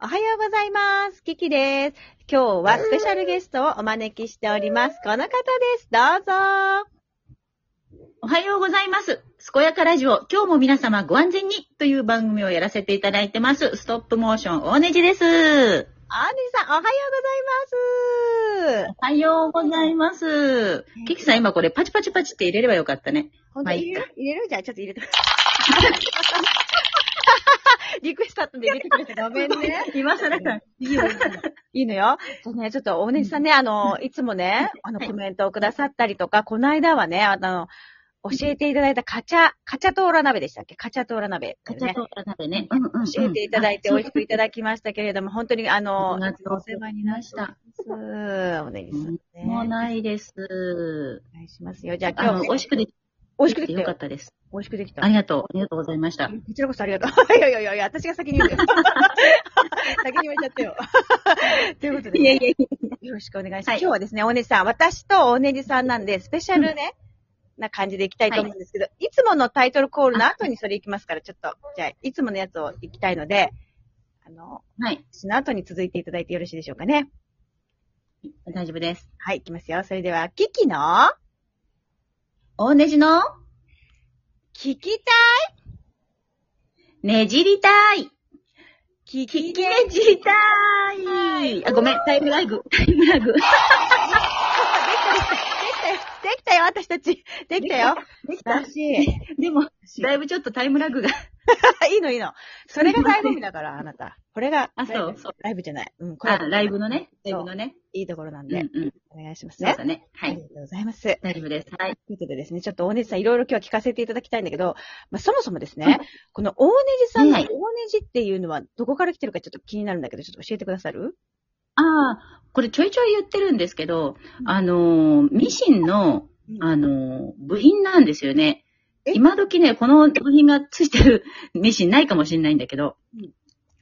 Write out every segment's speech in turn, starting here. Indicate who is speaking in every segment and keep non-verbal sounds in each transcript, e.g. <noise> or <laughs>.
Speaker 1: おはようございます。キキです。今日はスペシャルゲストをお招きしております。この方です。どうぞ。
Speaker 2: おはようございます。健やかラジオ、今日も皆様ご安全にという番組をやらせていただいてます。ストップモーション大ネジです。
Speaker 1: アンディさん、おはようございます。
Speaker 2: おはようございます。キキさん今これパチパチパチって入れればよかったね。
Speaker 1: 本
Speaker 2: ま
Speaker 1: 当
Speaker 2: あ
Speaker 1: に入
Speaker 2: いい
Speaker 1: れ
Speaker 2: か
Speaker 1: る入れるじゃあ、ちょっと入れてくださ
Speaker 2: <laughs>
Speaker 1: い。リクエストあったんで入れてくれてごめんね。
Speaker 2: 今更か。
Speaker 1: いいよ、いいのよ。そうね、ちょっと、大根さんね、あの、いつもね、あの、
Speaker 2: はい
Speaker 1: コメントをくださったりとか、この間はね、あの、教えていただいたカチャ、カチャトーラ鍋でしたっけカチャトーラ鍋、ね。
Speaker 2: カチャトーラ鍋ね。うんうん、
Speaker 1: 教えていただいて美味しくいた
Speaker 2: だき
Speaker 1: だきましたけれども、本当にあの、
Speaker 2: ありがとう
Speaker 1: お
Speaker 2: ござ
Speaker 1: 世
Speaker 2: い
Speaker 1: 話になりました。お願いしますね。
Speaker 2: もう
Speaker 1: お
Speaker 2: ないです。
Speaker 1: 願いしますよ。じゃあ
Speaker 2: あ
Speaker 1: 今
Speaker 2: の、
Speaker 1: 日、
Speaker 2: 美味しくでき
Speaker 1: 美味しくで
Speaker 2: て
Speaker 1: きた
Speaker 2: よか
Speaker 1: よ
Speaker 2: っ。たです。
Speaker 1: 美味しくできた。
Speaker 2: ありがとう。ありがとうございました。
Speaker 1: こちらこそありがとう。 <laughs> いやいやいやいや、私が先に言うよ。 <laughs> 先に言われちゃったよ。 <laughs> ということで、
Speaker 2: いやいや。
Speaker 1: よろしくお願いします。
Speaker 2: はい
Speaker 1: 今日はですね、大根さん、私と大根さんなんで、スペシャルね、な感じでいきたいと思うんですけど、い、つものタイトルコールの後にそれいきますから、ちょっと、じゃあ、いつものやつをいきたいので、あの、
Speaker 2: はい。
Speaker 1: その後に続いていただいてよろしいでしょうかね。
Speaker 2: 大丈夫です。
Speaker 1: はい、いきますよ。それでは、キキの、
Speaker 2: 大ネジの、
Speaker 1: 聞きたい、
Speaker 2: ねじりたい。
Speaker 1: 聞
Speaker 2: 聞きねじりたい。あ、ごめん、タイムラグ。タイムラグ。
Speaker 1: できたよ、私たち。できたよ。
Speaker 2: <laughs> でき
Speaker 1: 素晴
Speaker 2: た
Speaker 1: <laughs> ら。しい。
Speaker 2: <laughs> でも、だ
Speaker 1: だい
Speaker 2: いぶちょっとタイムラグが。
Speaker 1: ぶいいの、いいの。それが醍醐味だ
Speaker 2: <laughs>
Speaker 1: から、あなた。これが、
Speaker 2: あそうそう
Speaker 1: ライブじゃない。うん、これ
Speaker 2: <laughs> あ、ライブのね。ライブのね。
Speaker 1: いいところなん
Speaker 2: うんう
Speaker 1: で、
Speaker 2: ん。
Speaker 1: お願いします
Speaker 2: そう
Speaker 1: ね。
Speaker 2: だね。は
Speaker 1: あり
Speaker 2: い
Speaker 1: が。とうございます。
Speaker 2: 大丈夫です。はい。
Speaker 1: ということでですね、ちょっと大根さんいろいろ今日は聞かせていただきたいんだけど、まあ、そもそもですね、この大根じさんの
Speaker 2: は
Speaker 1: 大
Speaker 2: い
Speaker 1: 根じっていうのはどこから来てるかちょっと気になるんだけど、ちょっと教えてくださる
Speaker 2: ああ、これちょいちょい言ってるんですけど、あのー、ミシンの、あのー、部品なんですよね。
Speaker 1: え
Speaker 2: 今時ね、この部品がついてるミシンないかもしれないんだけど
Speaker 1: うん、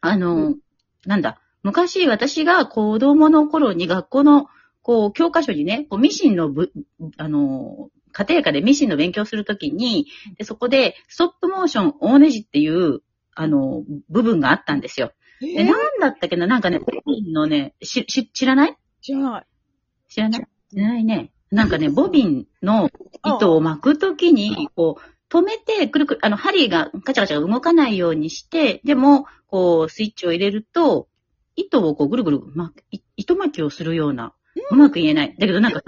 Speaker 2: あのー、なんだ、昔私が子供の頃に学校の、こう、教科書にね、こうミシンのぶ、あのー、家庭科でミシンの勉強するときに、でそこで、ストップモーション大ネジっていう、あのー、部分があったんですよ。
Speaker 1: え
Speaker 2: で、
Speaker 1: ー、
Speaker 2: なんだったっけななんかね、ボビンのね、し、し、知らない
Speaker 1: 知らない。
Speaker 2: 知らない知らないね。なんかね、ボビンの糸を巻くときに、こう、止めて、くるくる、あの、針がカチャカチャ動かないようにして、でも、こう、スイッチを入れると、糸をこう、ぐるぐる巻く、い糸巻きをするような、うまく言えない。だけど、なんか、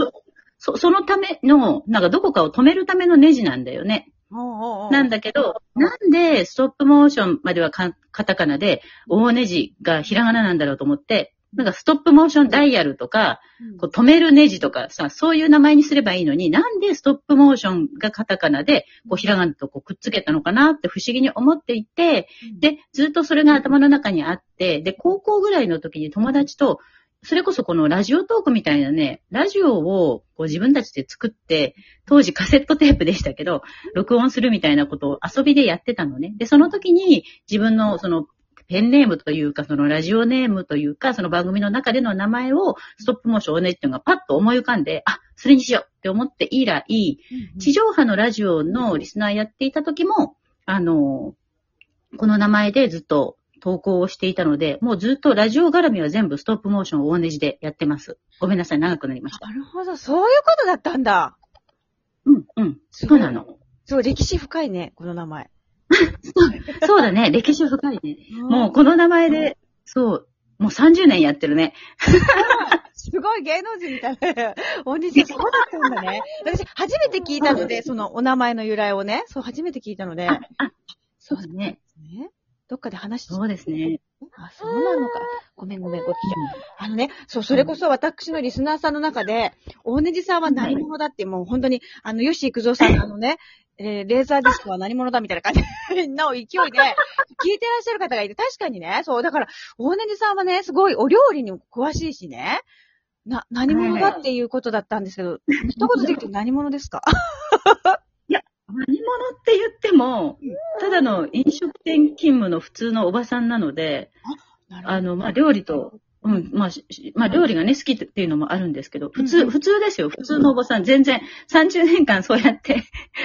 Speaker 2: そ、そのための、なんかどこかを止めるためのネジなんだよね。
Speaker 1: な
Speaker 2: なんだけど、なんでストップモーションまではかカタカナで、大ネジがひらがななんだろうと思って、なんかストップモーションダイヤルとか、こう止めるネジとかさ、そういう名前にすればいいのに、なんでストップモーションがカタカナで、こうひらがなとこうくっつけたのかなって不思議に思っていて、
Speaker 1: で、
Speaker 2: で、ずっとそれが頭の中にあって、で、高校ぐらいの時に友達と、それこそこのラジオトークみたいなね、ラジオをこう自分たちで作って、当時カセットテープでしたけど、録音するみたいなことを遊びでやってたのね。で、その時に自分のそのペンネームというか、そのラジオネームというか、その番組の中での名前をストップモーションオネっていうのがパッと思い浮かんで、あ、それにしようって思って以来、地上波のラジオのリスナーやっていた時も、あの、この名前でずっと投稿をしていたので、もうずっとラジオ絡みは全部ストップモーション大ネジでやってます。ごめんなさい、長くなりました。
Speaker 1: なるほど、そういうことだったんだ。
Speaker 2: うん、うん。そうなの。
Speaker 1: そう、歴史深いね、この名前。
Speaker 2: そうだね、 <laughs> 歴史深いね。もうこの名前で、そう、もう30年やってるね。
Speaker 1: すごい芸能人みたい
Speaker 2: <laughs>
Speaker 1: な。お兄ちゃん、そうだったんだね。私、初めて聞いたの
Speaker 2: <laughs>
Speaker 1: で、そのお名前の由来をね、そう、初めて聞いたので。
Speaker 2: あ、あ、
Speaker 1: そ
Speaker 2: そうう
Speaker 1: で
Speaker 2: だ
Speaker 1: す
Speaker 2: ね。
Speaker 1: ね。どっかで話して
Speaker 2: そうですね。
Speaker 1: あ、そうなのか。ごめんごめん、ごきげんあのね、そう、それこそ私のリスナーさんの中で、大ネジさんは何者だって、もう本当に、あの、吉幾三さんのあのね、えーレーザーディスクは何者だみたいな感じの <laughs> 勢いで、聞いてらっしゃる方がいて、確かにね、そう、だから、大ネジさんはね、すごいお料理にも詳しいしね、な、何者だっていうことだったんですけど、一言で言うと何者 <laughs> ですか
Speaker 2: 何者って言っても、ただの飲食店勤務の普通のおばさんなので、
Speaker 1: なるほど
Speaker 2: あの、まあ、料理と、うん、まあ、ししまあ、料理がね、好きっていうのもあるんですけど、普
Speaker 1: うんう
Speaker 2: 通、
Speaker 1: ん
Speaker 2: 普通ですよ。普通のおばさん。全然、30年間そうや
Speaker 1: <laughs>
Speaker 2: って、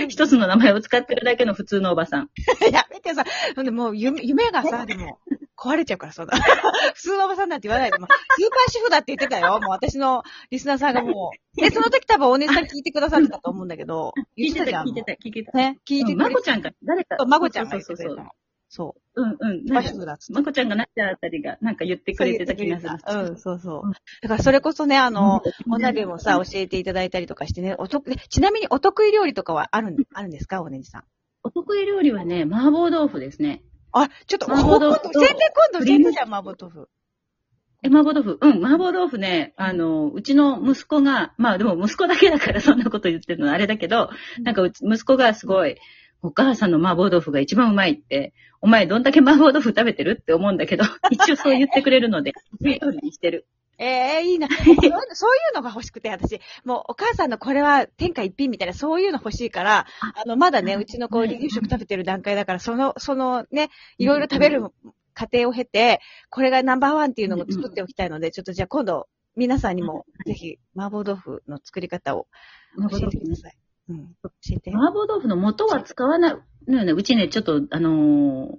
Speaker 2: 一つ
Speaker 1: <laughs>
Speaker 2: の名前を使ってるだけの普通のおばさん。
Speaker 1: やめてさ、ほんでもう夢夢がさ、でも、壊れちゃうから、そんな。 <laughs> 普通のおばさんなんて言わないで、もうスーパー主婦だって言ってたよ。もう私のリスナーさんがも
Speaker 2: <laughs>
Speaker 1: う。で、その時多分お姉さん聞いてくださってたと思うんだけど。
Speaker 2: 聞いてた、
Speaker 1: 言っ
Speaker 2: 聞
Speaker 1: じ
Speaker 2: いて
Speaker 1: ゃん。
Speaker 2: た、聞いてた。
Speaker 1: ね、聞いて
Speaker 2: まこ
Speaker 1: ち
Speaker 2: ちゃんか、誰か
Speaker 1: ゃ。ん。まこちゃんが
Speaker 2: そ
Speaker 1: 言
Speaker 2: う
Speaker 1: って
Speaker 2: そう
Speaker 1: く
Speaker 2: そ
Speaker 1: れ
Speaker 2: う
Speaker 1: た。の。そう。
Speaker 2: うんうん。
Speaker 1: スーパー主婦だっつって。
Speaker 2: まこちゃんがなっちゃあたりが、なんか言ってくれてた気がする。
Speaker 1: うん、そうそう。だからそれこそね、あの、お鍋もさ、
Speaker 2: お、
Speaker 1: 教えていただいたりとかしてね、おとく、ちなみにお得意料理とかはあるん、あるんですかおねじさん。
Speaker 2: お得意料理はね、麻婆豆腐ですね。
Speaker 1: あ、ちょっと、
Speaker 2: 麻婆豆腐
Speaker 1: 今度全然今度教えてじゃん、麻婆豆腐。
Speaker 2: え、麻婆豆腐うん、麻婆豆腐ね、あの、うちの息子が、まあでも息子だけだからそんなこと言ってるのはあれだけど、なんかうち、息子がすごい、お母さんの麻婆豆腐が一番うまいって、お前どんだけ麻婆豆腐食べてるって思うん
Speaker 1: <laughs>
Speaker 2: だけど、一応そう言ってくれるので、得意料理にしてる。
Speaker 1: ええいい
Speaker 2: <laughs>
Speaker 1: な。そういうそういうのが欲しくて、私、もうお母さんのこれは天下一品みたいな、そういうの欲しいから、あの、まだね、うちの子、
Speaker 2: はい
Speaker 1: 離乳食食べてる段階だから、その、そのね、いろいろ食べる過程を経て、これがナンバーワンっていうのを作っておきたいので、ちょっとじゃあ今度、皆さんにも、ぜひ、麻婆豆腐の作り方を
Speaker 2: 麻
Speaker 1: 教え
Speaker 2: 婆豆
Speaker 1: て
Speaker 2: 腐
Speaker 1: ください。うん。教えて。
Speaker 2: 麻婆豆腐の元は使わないのよね。うちね、ちょっと、あのー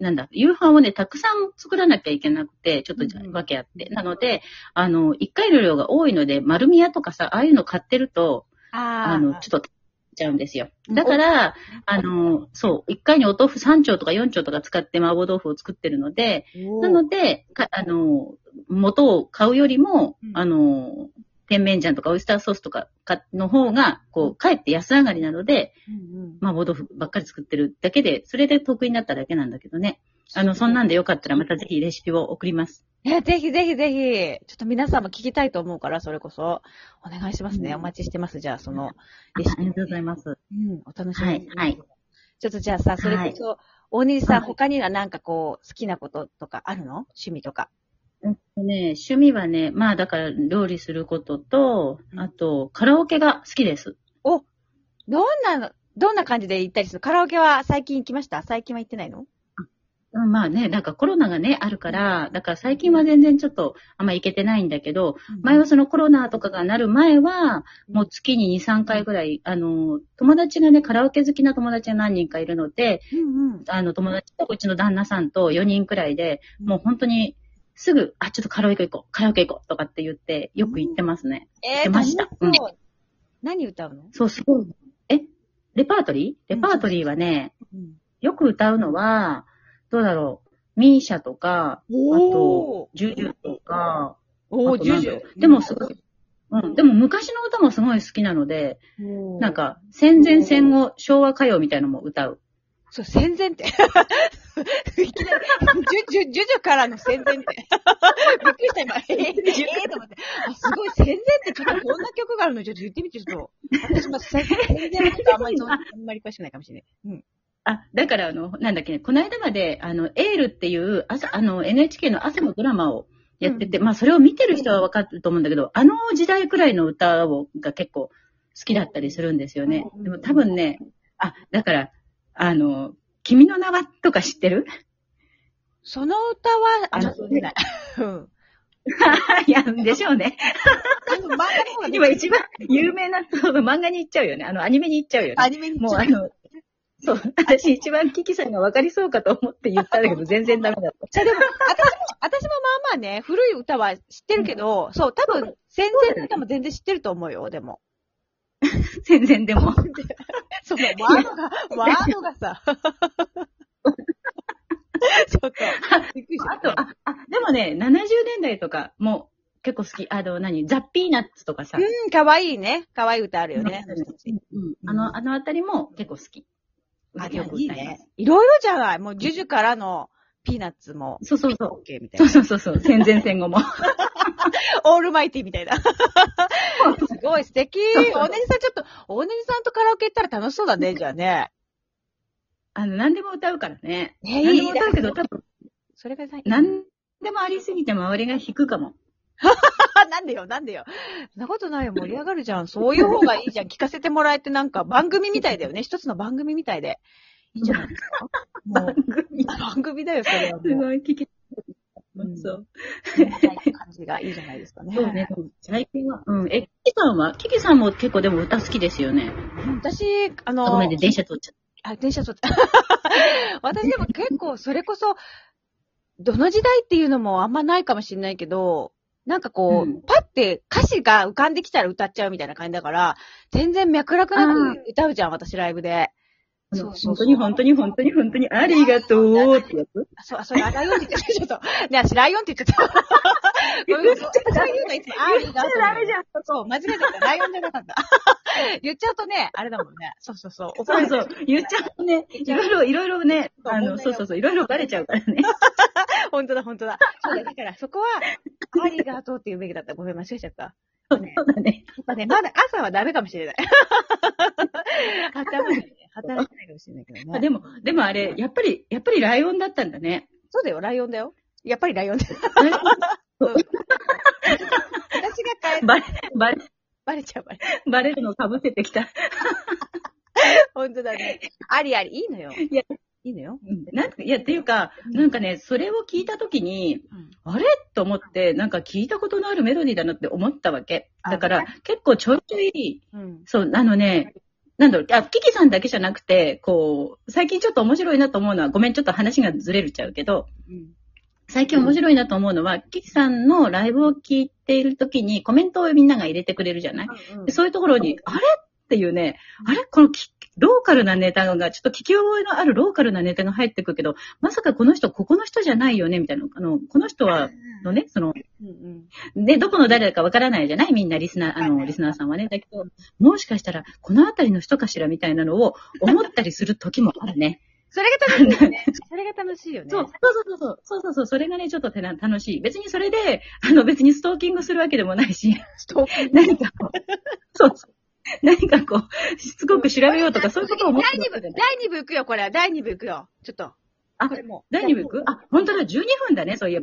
Speaker 2: なんだ、夕飯をね、たくさん作らなきゃいけなくて、ちょっとじゃ
Speaker 1: うんうん
Speaker 2: わけあって。なので、あの、一回の量が多いので、丸宮とかさ、ああいうの買ってると、あ
Speaker 1: あ
Speaker 2: の、
Speaker 1: ー
Speaker 2: ちょっと、ちゃうんですよ。だから、あの、そう、一回にお豆腐3丁とか4丁とか使って麻婆豆腐を作ってるので、
Speaker 1: おー
Speaker 2: なので、かあの、元を買うよりも、
Speaker 1: うん
Speaker 2: あの、甜麺醤とかオイスターソースとかかの方が、こう、かえって安上がりなので、
Speaker 1: うんうん
Speaker 2: 麻婆豆腐ばっかり作ってるだけで、それで得意になっただけなんだけどね。あの、そんなんでよかったらまたぜひレシピを送ります。
Speaker 1: え、ぜひぜひぜひ、ちょっと皆さんも聞きたいと思うから、それこそ、お願いしますね。
Speaker 2: うん
Speaker 1: お待ちしてます。じゃあ、その
Speaker 2: あ
Speaker 1: レシ
Speaker 2: り
Speaker 1: ピ
Speaker 2: が。とうございます。
Speaker 1: うん、お楽しみに。
Speaker 2: はいはい
Speaker 1: ちょっとじゃあさ、それこそ、大西さん、
Speaker 2: はい
Speaker 1: 他にはなんかこう、好きなこととかあるの趣味とか。
Speaker 2: ね、趣味はね、まあだから料理することと、あとカラオケが好きです。
Speaker 1: どんな、どんな感じで行ったりするカラオケは最近行きました最近は行ってないの
Speaker 2: うんまあね、なんかコロナがね、あるから、だから最近は全然ちょっとあんま行けてないんだけど、前はそのコロナとかがなる前は、もう月に2、3回ぐらい、あの、友達がね、カラオケ好きな友達が何人かいるので、
Speaker 1: うんうん。
Speaker 2: あの、友達とうちの旦那さんと4人くらいで、もう本当に、すぐ、あ、ちょっとカラオケ行こう、カラオケ行こうとかって言って、よく行ってますね。
Speaker 1: え
Speaker 2: 出ました
Speaker 1: 楽しそう何歌うの
Speaker 2: そう、すごい。えレパートリーレパートリーはね、
Speaker 1: うん。
Speaker 2: よく歌うのは、どうだろう、ミーシャとか、あ
Speaker 1: おー
Speaker 2: と、ジュジュとか、
Speaker 1: お
Speaker 2: あ
Speaker 1: ー、
Speaker 2: と
Speaker 1: ジ
Speaker 2: な
Speaker 1: ュ
Speaker 2: ん
Speaker 1: ジ
Speaker 2: だろう
Speaker 1: ュ。
Speaker 2: でもすごい、うん、でも昔の歌もすごい好きなので、
Speaker 1: うん、
Speaker 2: なんか、戦前戦後昭和歌謡みたいのも歌う。
Speaker 1: そう、戦前って。 <laughs> いきなり、ジュ、ジュ、ジュジュからの戦前って。 <laughs> びっくりした、今。えー、えーと思って。あ、すごい、戦前ってちょっとこんな曲があるのちょっと言ってみて、ちょっと。私、まあ、戦前のことあんまり、あんまり詳しくないかもしれない。うん。
Speaker 2: あ、だからあの、なんだっけね、この間まで、あの、エールっていう、朝、あの、NHK の朝のドラマをやってて、まあ、それを見てる人は分かると思うんだけど、あの時代くらいの歌を、が結構好きだったりするんですよね。でも多分ね、あ、だから、あの、君の名はとか知ってる <laughs>
Speaker 1: その歌は、あ、
Speaker 2: あ
Speaker 1: ちょ
Speaker 2: の
Speaker 1: っと出ない。うん。
Speaker 2: いや、でしょうね。
Speaker 1: 多分漫画の方が出て
Speaker 2: <laughs> 今
Speaker 1: る
Speaker 2: 一番有名な、そう漫画に行っちゃうよね。あの、アニメに行っちゃうよね。
Speaker 1: アニメに
Speaker 2: もうあの、そう、私一番キキさんが分かりそうかと思って言ったんだけど、 <laughs> 全然ダメだった。
Speaker 1: じゃあでも、私も、私もまあまあね、古い歌は知ってるけど、そう、多分、戦前の歌も全然知ってると思うよ、でも。
Speaker 2: 全然でも。
Speaker 1: そのワードが、ワードがさ。ちょっと、びっくりした。
Speaker 2: あと、あ、あ、でもね、70年代とかも結構好き。あの、何ザ・ピーナッツとかさ。
Speaker 1: うん、かわいいね。かわいい歌あるよね。
Speaker 2: うんあの、あのあたりも結構好き。
Speaker 1: あ、で
Speaker 2: よく
Speaker 1: も
Speaker 2: 歌
Speaker 1: いい
Speaker 2: ます
Speaker 1: ね。。いろいろじゃない。もう、ジュジュからのピーナッツも、
Speaker 2: そうそうそ
Speaker 1: OK みた
Speaker 2: う。
Speaker 1: い
Speaker 2: <laughs> そう
Speaker 1: な。
Speaker 2: そうそうそう。戦前戦後も。 <laughs>
Speaker 1: オールマイティみたいな。すごい素敵。
Speaker 2: そうそう
Speaker 1: 大根さんちょっと、大根さんとカラオケ行ったら楽しそうだね、じゃあね。
Speaker 2: あの、何でも歌うからね。
Speaker 1: ね
Speaker 2: 何で
Speaker 1: い
Speaker 2: も
Speaker 1: い
Speaker 2: 歌うけど、多分、
Speaker 1: それがさ、
Speaker 2: 何でもありすぎて周りが引くか <laughs> も。
Speaker 1: あなんでよ、なんでよ。そんなことないよ、盛り上がるじゃん。そういう方がいいじゃん。聞かせてもらえて、なんか番組みたいだよね。一つの番組みたいで。いいんじゃないですかもう、番組だよ、それは
Speaker 2: す
Speaker 1: もう。
Speaker 2: ごい聞き。
Speaker 1: うん
Speaker 2: そう。
Speaker 1: みたいな感じがいいじゃないですかね。
Speaker 2: そうね。最近は。うん。え、キキさんはキキさんも結構でも歌好きですよね。
Speaker 1: 私、あ
Speaker 2: ご
Speaker 1: の
Speaker 2: めん、ね、
Speaker 1: <laughs>
Speaker 2: 電車通っちゃった。
Speaker 1: あ、電車そっ私でも結構、それこそ、どの時代っていうのもあんまないかもしれないけど、なんかこう、
Speaker 2: うん
Speaker 1: パって歌詞が浮かんできたら歌っちゃうみたいな感じだから、全然脈絡なく歌うじゃん、私ライブで。そうそうそう
Speaker 2: 本当に本当に本当に本当にありがとうってやつ
Speaker 1: あそう、あ、そう、あライオンって言っちゃった。ちょっと。ね、私ライオンって言っちゃった。ごめんそうそういうのいつも、あー、いいなと思う
Speaker 2: じゃん。
Speaker 1: そう、間違えちゃった。ライオンじゃなかった。言っちゃうとね、あれだもんね。そうそうそう。怒ら
Speaker 2: そ
Speaker 1: れ
Speaker 2: う
Speaker 1: ち
Speaker 2: そ
Speaker 1: ゃ
Speaker 2: う。言っちゃうとね、いろいろ、いろいろね、あ
Speaker 1: 問題が
Speaker 2: の、そうそうそう、いろいろバレちゃうからね。
Speaker 1: 本当だ、本当だ。そうだ、だからそこは、ありがとうって言うべきだった。ごめん、間違えちゃった。
Speaker 2: そうだね。
Speaker 1: やっぱね、まだ朝はダメかもしれない。働いてない働いてないかもしれないけど
Speaker 2: あ
Speaker 1: ね。
Speaker 2: でも、でもあれ、やっぱり、やっぱりライオンだったんだね。
Speaker 1: そうだよ、ライオンだよ。やっぱりライオンだよ。私が変え、
Speaker 2: バレ、バレ、
Speaker 1: バレちゃう、バレちゃ
Speaker 2: バレるの被せてきた。
Speaker 1: う。本当だね。ありあり、いいのよ。い
Speaker 2: や、
Speaker 1: いいのよ。
Speaker 2: なんいや、っていうか、なんかね、それを聞いたときに、
Speaker 1: うん
Speaker 2: あれと思って、なんか聞いたことのあるメロディーだなって思ったわけ。だか
Speaker 1: あ
Speaker 2: ら、結構ちょいちょい、
Speaker 1: うん。
Speaker 2: そう、あのね、なんだろう、あ、キキさんだけじゃなくて、こう、最近ちょっと面白いなと思うのは、ごめん、ちょっと話がずれるちゃうけど、
Speaker 1: うん。
Speaker 2: 最近面白いなと思うのは、キキさんのライブを聞いているときに、コメントをみんなが入れてくれるじゃないでそういうところに、あれっていうね、あれこのきローカルなネタが、ちょっと聞き覚えのあるローカルなネタが入ってくるけど、まさかこの人、ここの人じゃないよねみたいな、あの、この人は、のね、その、
Speaker 1: うんうん。
Speaker 2: ね、どこの誰だかわからないじゃないみんなリスナー、あ
Speaker 1: は
Speaker 2: の、
Speaker 1: い
Speaker 2: リスナーさんはね。だけど、もしかしたら、このあたりの人かしらみたいなのを思ったりする時もあるね。
Speaker 1: <laughs> それが楽しいよね。それが楽しいよね。
Speaker 2: <laughs> そう、そうそうそう、そうそうそう、それがね、ちょっとてな楽しい。別にそれで、あの、別にストーキングするわけでもないし、 <laughs>
Speaker 1: ストーカー
Speaker 2: 何かこう、そうそう。何かこう、しつこく調べようとか、そういうことを思って
Speaker 1: 第
Speaker 2: る
Speaker 1: 2
Speaker 2: わ
Speaker 1: 部、
Speaker 2: けじ
Speaker 1: 第
Speaker 2: ゃない。
Speaker 1: 2部行くよ、これは。第2部行くよ。ちょっと。
Speaker 2: あ
Speaker 1: これもう
Speaker 2: 第2部行くあ、本当だ、12分だね、そういえば。